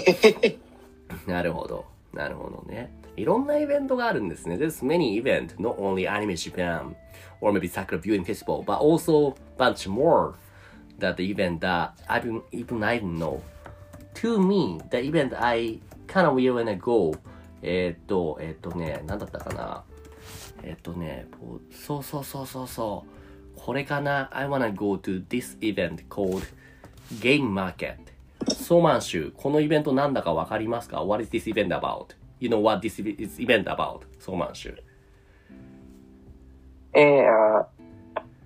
ふんなるほど。なるほどね。いろんなイベントがあるんですね。There's many event, not only anime Japan or maybe Sakura Viewing Festival, but also bunch more that the event that I even, even I didn't know. to me, the event I kind of will wanna go えーっと、えーっとね、なんだったかなえっとね、こうそうそうそうそうそう。これかな ?I wanna go to this event called Game Market. ソーマン州。このイベントなんだかわかりますか ?What is this event about?You know what this ev- is event about? ソーマン州。ええあ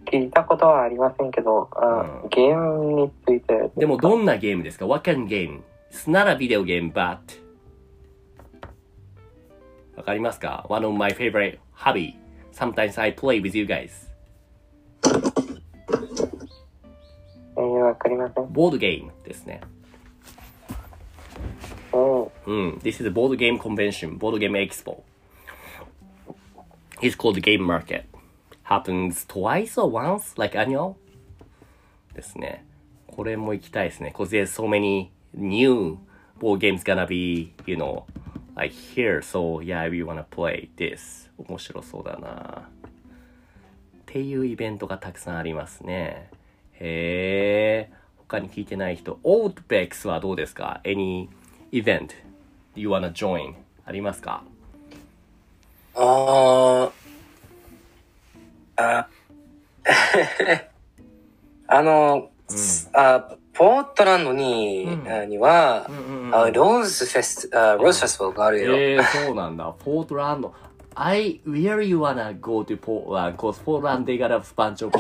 ー聞いたことはありませんけど、あーうんゲームについてですかでもどんなゲームですか ?What kind of game?It's not a video game, but わかりますか ?One of my favorite hobby. Sometimes I play with you guys. えーわ、かりません。ボードゲームですね。えーうん。This is a board game convention, board game expo. It's called Game Market. Happens twice or once, like annual? ですね。これも行きたいですね。Cause there's so many new board game's gonna be, you know, like here, so yeah, we wanna play this. 面白そうだな。っていうイベントがたくさんありますね。へえ。他に聞いてない人、オートベックスはどうですか ?Any event you wanna join? ありますか [LAUGHS] あーああの、あポートランドに,、うんあには、んあローズフェスあローズフェスティバルがあるよ、ええー、そうなんだ。ポートランド。I really wanna go to Portland, cause Portland they got a bunch of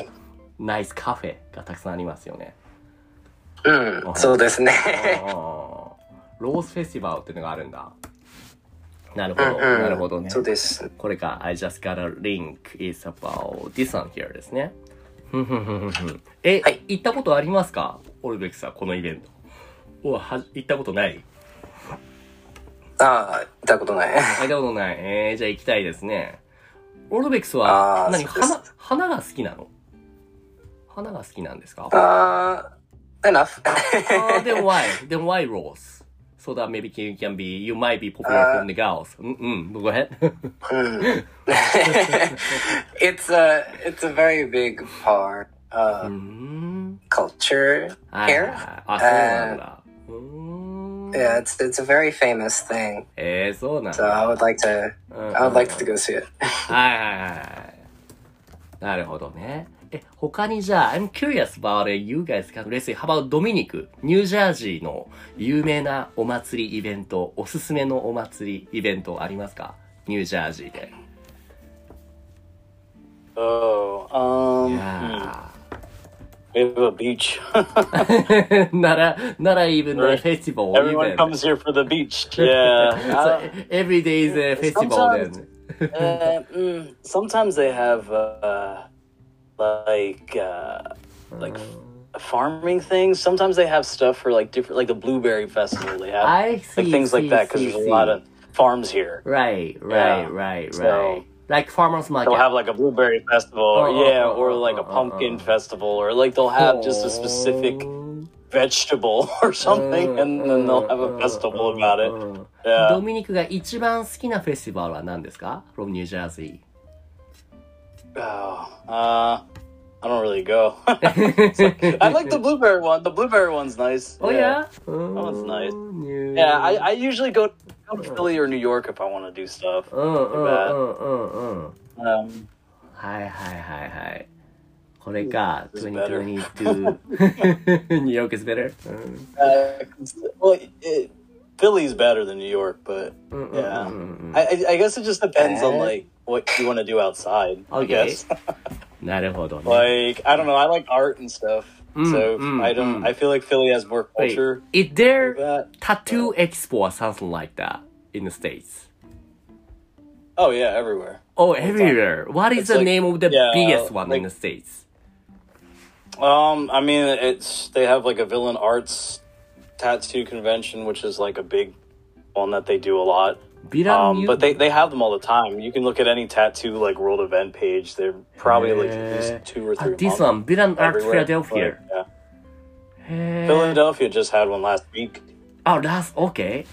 nice cafe がたくさんありますよね。うんそうですねあーローズフェスティバルっていうのがあるんだ。なるほど、うんなるほどね。 [LAUGHS] そうですこれか、I just got a link is about this one here ですね。ふんふんふんふんふんえ、はい行ったことありますかオルベックさん、このイベント。おは行ったことないああ行ったことない [LAUGHS] 聞いたことない。えー、じゃあ行きたいですね。オルベックスはあ、ー何そうです花、花が好きなの花が好きなんですかあああ [LAUGHS] enough ー then why? Then why rose? So that maybe you can be, you might be popular from the girls. うんうん、go ahead. [LAUGHS] [LAUGHS] it's a it's a very big part うー of ん。 culture はいはい here はいあ、そうなんだ。うーん。 Yeah, it's it's a very famous thing. えー、そうなん So だ。 I would like to I would like to go see it. [LAUGHS] はいはいはいはい。なるほどね。え、他にじゃあ、I'm curious about it. You guys can let's see. How about ドミニクニュージャージーの有名なお祭りイベント、おすすめのお祭りイベントありますかニュージャージーで。 Oh, い um, や hmm. we have a beach. [LAUGHS] ー [LAUGHS] なら、なら even the Right. festival. Everyone even. comes here for [LAUGHS] the beach. Yeah. So, every day is a festival Sometimes- then. Uh, mm, sometimes they have uh, like uh, like Mm. f- farming things. Sometimes they have stuff for like different, like the blueberry festival. They have I see. like things like see, that because see, there's a see. lot of farms here. Right, right, Yeah. right, right. So- like farmers market. They'll have like a blueberry festival, or Oh, yeah, oh, oh, or oh, like oh, a oh, pumpkin oh. festival, or like they'll have just a specific vegetable [LAUGHS] or something, and then they'll have Uh, a festival about it. Yeah. ドミニクが一番好きなフェスティバルは何ですか ?from New Jersey. Oh, uh, I don't really go. [LAUGHS] It's like- I like the blueberry one. The blueberry one's nice. Oh yeah? one's nice. nice. Yeah, I, I usually go go to Philly or New York if I want to do stuff. うんうんうんうんうん。 Um, はいはいはいはい。これか、 This is better. 2022. [LAUGHS] New York is better? uh, well, it, Philly's better than New York, but うんうんうんうんうん。 I, I, I guess it just depends on like what you want to do outside. I Eh? Okay. guess. [LAUGHS] なるほどね。 like I don't know. I like art and stuff, Mm, so mm, I don't. mm. I feel like Philly has more Wait, culture. is there That. tattoo expo or something like that in the States? Oh yeah, everywhere. Oh, everywhere. What is It's the like- name of the yeah, biggest one in like- the States? Um, I mean, it's they have like a villain arts tattoo convention, which is like a big one that they do a lot. Villain Um, Mu- but they they have them all the time. You can look at any tattoo like world event page. They're probably like at Yeah. least two or Ah, three. this a month one, Villain Art everywhere. Philadelphia. But, yeah. Hey. Philadelphia just had one last week. Oh, that's okay.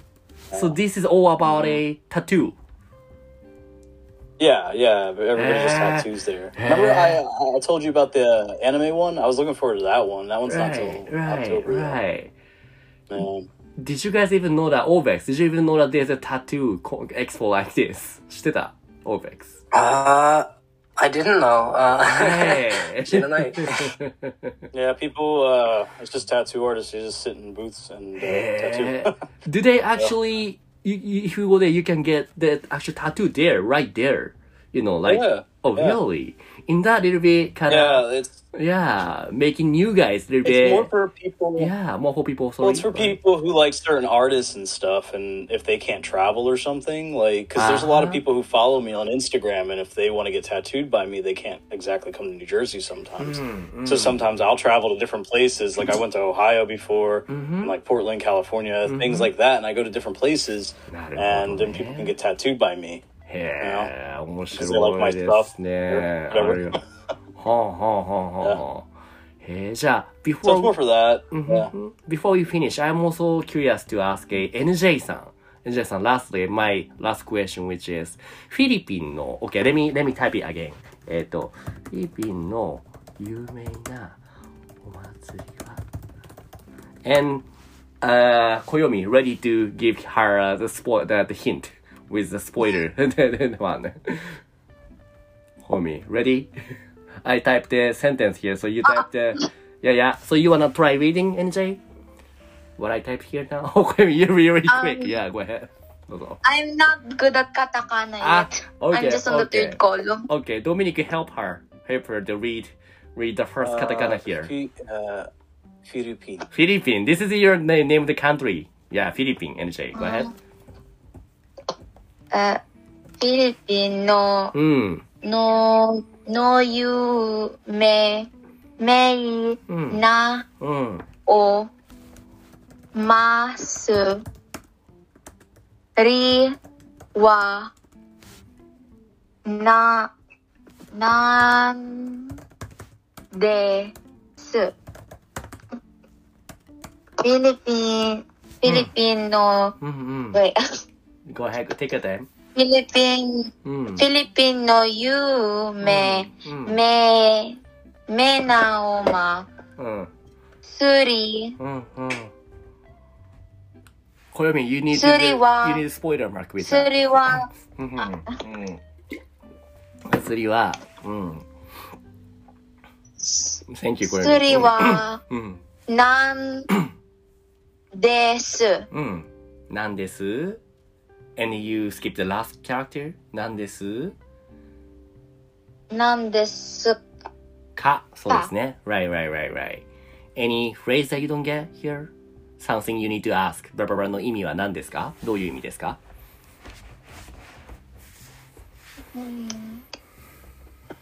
So this is all about a Mm-hmm. tattoo. Yeah, yeah. but Everybody just Yeah. tattoos there. Remember, I I- I told you about the anime one. I was looking forward to that one. That one's not Right, till right, October. though. Um, right. Yeah. Did you guys even know that Ovex? Did you even know that there's a tattoo co- expo like this? 知ってた ?Ovex. [LAUGHS] Uh I didn't [LAUGHS] know. Uh, Hey. 知 [LAUGHS] らない。 Yeah, people. Uh, it's just tattoo artists. They just sit in booths and uh, tattoo. Do they actually, you, you, if you go there, you can get the actual tattoo there, right there. You know, like, Yeah, oh, yeah. really? In that little bit, kind [LAUGHS] yeah, of, it's yeah. making you guys a little it's bit. more for people. yeah, more for people. Sorry, Well, it's for but- people who like certain artists and stuff, and if they can't travel or something, like because there's a lot of Uh-huh. people who follow me on Instagram, and if they want to get tattooed by me, they can't exactly come to New Jersey sometimes. Hmm, So sometimes I'll travel to different places. Like I went to Ohio before, Mm-hmm. and, like Portland, California, things like that, and I go to different places, Not and then important, people man. can get tattooed by me. へえ、面 Because they 白 like my いです [LAUGHS] stuff ね。あ or るよはあはあはあはあ。へえ、じゃあ、 So it's more before, for that. Yeah. Mhm. before you finish, I'm also curious to ask a NJ さん。NJ さん、lastly, my last question, which is, フィリピンの、okay, let me, let me type it again. えっ、と、フィリピンの有名なお祭りは And uh, Koyomi ready to give her uh, the spoil the, the hint with the spoiler. [LAUGHS] the one. Homie, ready? [LAUGHS] I typed the sentence here, so Ah. you type the yeah yeah. So you wanna try reading, NJ? What I type here now? [LAUGHS] Oh, Koyomi, you're really, really quick. Um, Yeah, go ahead. どうぞ I'm not good at katakana Ah, yet. okay, I'm just on the okay. third column. Okay, Dominic, help her. Help her to read read the first katakana here. Fi- uh, Philippine. Philippine. This is your name, name of the country. Yeah, Philippine, NJ. Go ahead. Uh, Philippine no うん。 no no you me mei Mm. na うん。 o masu ri wa na nan desu Philippine Philippine no うんうん。 wait [LAUGHS] Go ahead, take your time. Philippine うん。フィリピンの有名、うん。め、めなおま、うん。すり、うん。うん。暦、you need to, 釣りは you need to spoiler mark with すりは、うんうんうん。釣りは、うん。Thank you, す暦。りは、うん。なん、です。うん。なんです ?and you skip the last character? なんですなんです。か。そうですね。Right, right, right, right. Any phrase that you don't get here? Something you need to ask. バラバラの意味は何ですかどういう意味ですか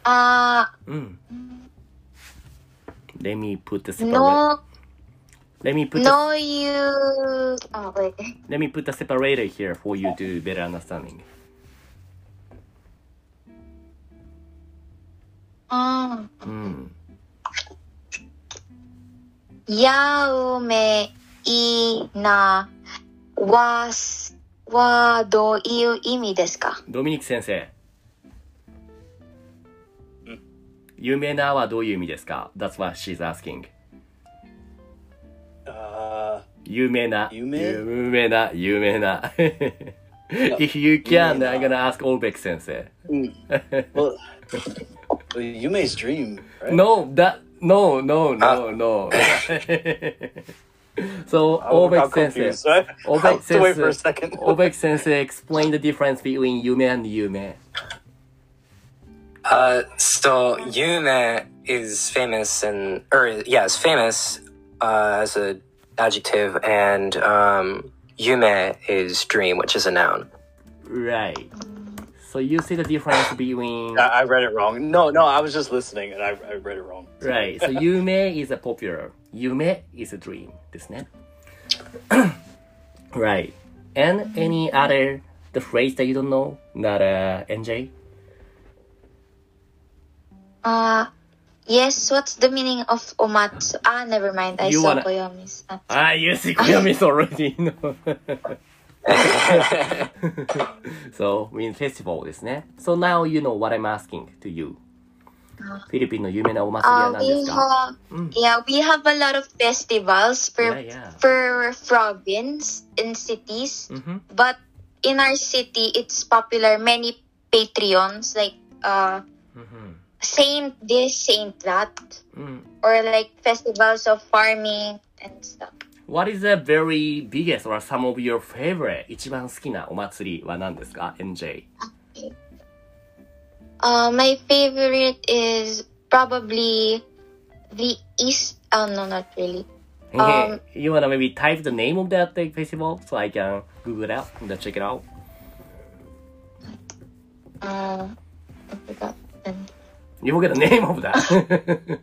あ、うん。Let me put the separator. の、 Let me put the, のゆ、あ、これ。 let me put the separator here for you to better understanding. うん。うん。やうめいな、わす、は、どういう意味ですかドミニク先生。有名なはどういう意味ですか ?That's what she's asking. Uh, 有名な。有名有名な。有名な。If [LAUGHS] you 有 can, 名な I'm gonna ask Olbeck 先生。 well, Yume's dream, right? No, that no no Ah. no no. [LAUGHS] so I'm Obek confused. sensei, [LAUGHS] I Obek have to wait for a sensei. [LAUGHS] second. Obek sensei, explain the difference between yume and yume. [LAUGHS] Uh, so Yume is famous and, or yeah, it's famous uh, as an adjective, and um, Yume is dream, which is a noun. [LAUGHS] Right. So you see the difference between [LAUGHS] I, I read it wrong. No, no, I was just listening and I, I read it wrong. right. So yume is a popular. Yume is a dream. This name. [CLEARS THROAT] right. And any other the phrase that you don't know? Not uh, NJ. あ、yes, what's the meaning of omatsu? Ah, never mind. I You saw wanna- Koyomi's. Ah. Ah, you see Koyomi's already. [LAUGHS] No. Uh, [LAUGHS] so, mean festival ですね。So now you know what I'm asking to you. フィリピンの有名なお祭りは Uh, 何で we すか have, yeah, we have a lot of festivals per, Yeah, yeah. per province and cities. Mhm. But in our city, it's popular. Many patrons, like uh, saint this, saint that, うん。 or like festivals of farming and stuff. What is the very biggest or some of your favorite 一番好きなお祭りは何ですか ?NJ。 Uh, my favorite is probably the East. Oh, no, not really. Um, you wanna maybe type the name of that like, festival so I can Google it out and then check it out? Uh, I forgot. And You forget the name of that.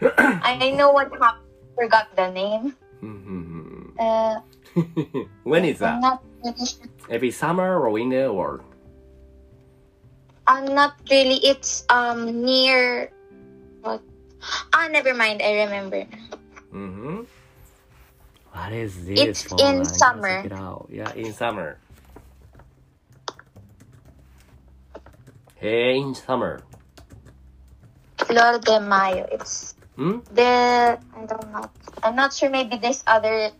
[LAUGHS] I know what happened. Forgot the name. Uh, [LAUGHS] when is I'm that? not really sure. Every summer or winter or? Uh, I'm not really. It's um near. What? Ah, never mind. I remember. Mm-hmm. What is this? It's Hold in on, I gotta summer. check it out. Yeah, in summer. Hey, in summer. Flor de Mayo. It's Hmm? the I don't know. I'm not sure. Maybe there's other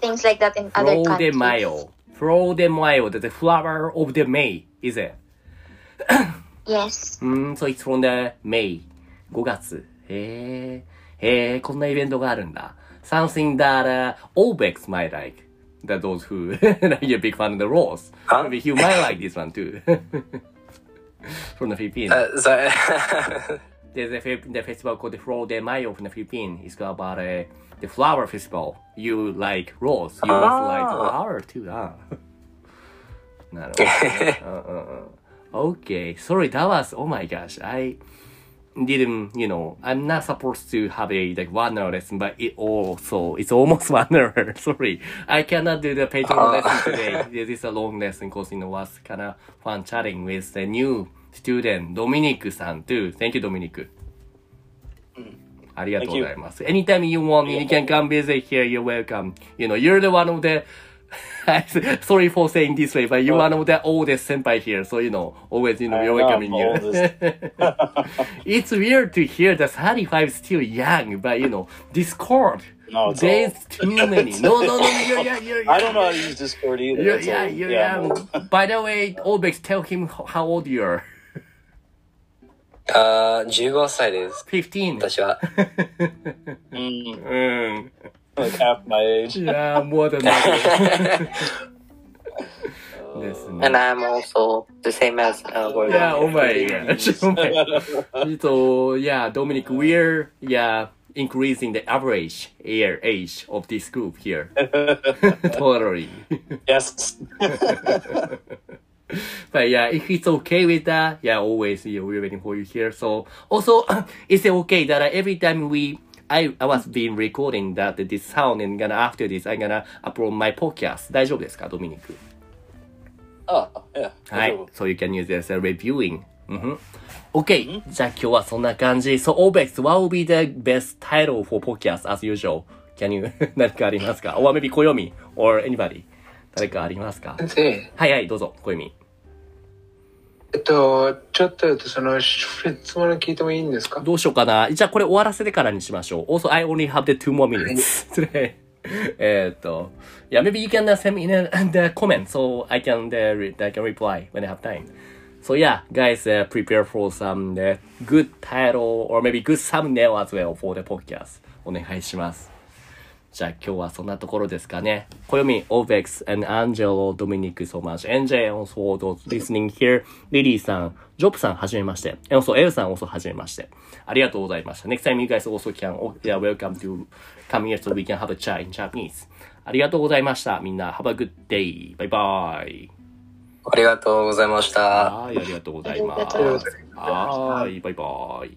things like that in other Flow de countries. Mayo. Flow de Mayo. The the flower of the May, is it? Yes. うーん、so it's from the May. 5月。へえ。へえ、こんなイベントがあるんだ。Something that、uh, Obex might like. That those who, [LAUGHS] like you're a big fan of the rose. Huh? Maybe you might like this one too. [LAUGHS] from the Philippines. Uh, so, There's a fe- the festival called the Flor de Mayo from the Philippines. It's about uh, the flower festival. You like rose. You also like flower too. Ah. なるほどね。うんうんうん okay. Sorry, that was, oh my gosh. I didn't, you know, I'm not supposed to have a like one hour lesson, but it also, it's almost [LAUGHS] one hour. Sorry. I cannot do the Patreon lesson today. This is a long lesson because, you know, was kind of fun chatting with the new student, Dominic san too. Thank you, Dominic. ありがとうございます。Anytime you want, you can come visit here. You're welcome. You know, you're the one of the [LAUGHS] sorry for saying this way, but you're one of the oldest senpai here. So, you know, always, you know, I we're know, welcoming I'm you. [LAUGHS] it's weird to hear that 35 is still young, but, you know, Discord. No, it's there's old. too [LAUGHS] many. No, no, no, you're, you're, you're, Oh, I don't know how to use Discord either. You're, It's yeah, old. you're I'm old. young. By the way, Obex, tell him ho- how old you are. [LAUGHS] uh, 15歳です。 15. 私は。Mm. Mm, like half my [LAUGHS] age. Yeah, more than that. [LAUGHS] Listen. And I'm also the same as uh, Gordon. Yeah, [LAUGHS] oh my gosh. Oh my. So yeah, Dominic, we're yeah increasing the average year age of this group here. [LAUGHS] totally. [LAUGHS] [LAUGHS] Yes. [LAUGHS] But yeah, if it's okay with that, yeah, always yeah, we're waiting for you here. So also, [CLEARS THROAT] is it okay that uh, every time we I, I was being recording that this sound and gonna after this I'm gonna upload my podcast. 大丈夫ですか、ドミニク？ Oh, yeah. はい。So you can use this as a reviewing. Mm-hmm. Okay. じゃあ今日はそんな感じ。So, Obex, what will be the best title for podcast as usual? Can you, [LAUGHS] 何かありますか ?Or maybe 暦 or anybody? 誰かありますかではいはい、どうぞ、暦。えっとちょっとその質問聞いてもいいんですかどうしようかな。じゃあこれ終わらせてからにしましょう。Also, I only have the two more minutes [LAUGHS] today. えーっと。Yeah, maybe you can uh, send me in, uh, the comment so I can, uh, re- I can reply when I have time. So yeah, guys, uh, prepare for some uh, good title or maybe good thumbnail as well for the podcast. お願いします。じゃあ今日はそんなところですかね。暦、OVEX and Angelo, Dominic so much. NJ also for those listening here. リリーさん、ジョブさんはじめまして。And also L さん also はじめまして。ありがとうございました。Next time you guys also can, oh, yeah, welcome to come here so we can have a chat in Japanese. ありがとうございました。みんな、have a good day. バイバイ。ありがとうございました。はい、ありがとうございまありがすとうござい。はい、バイバイ。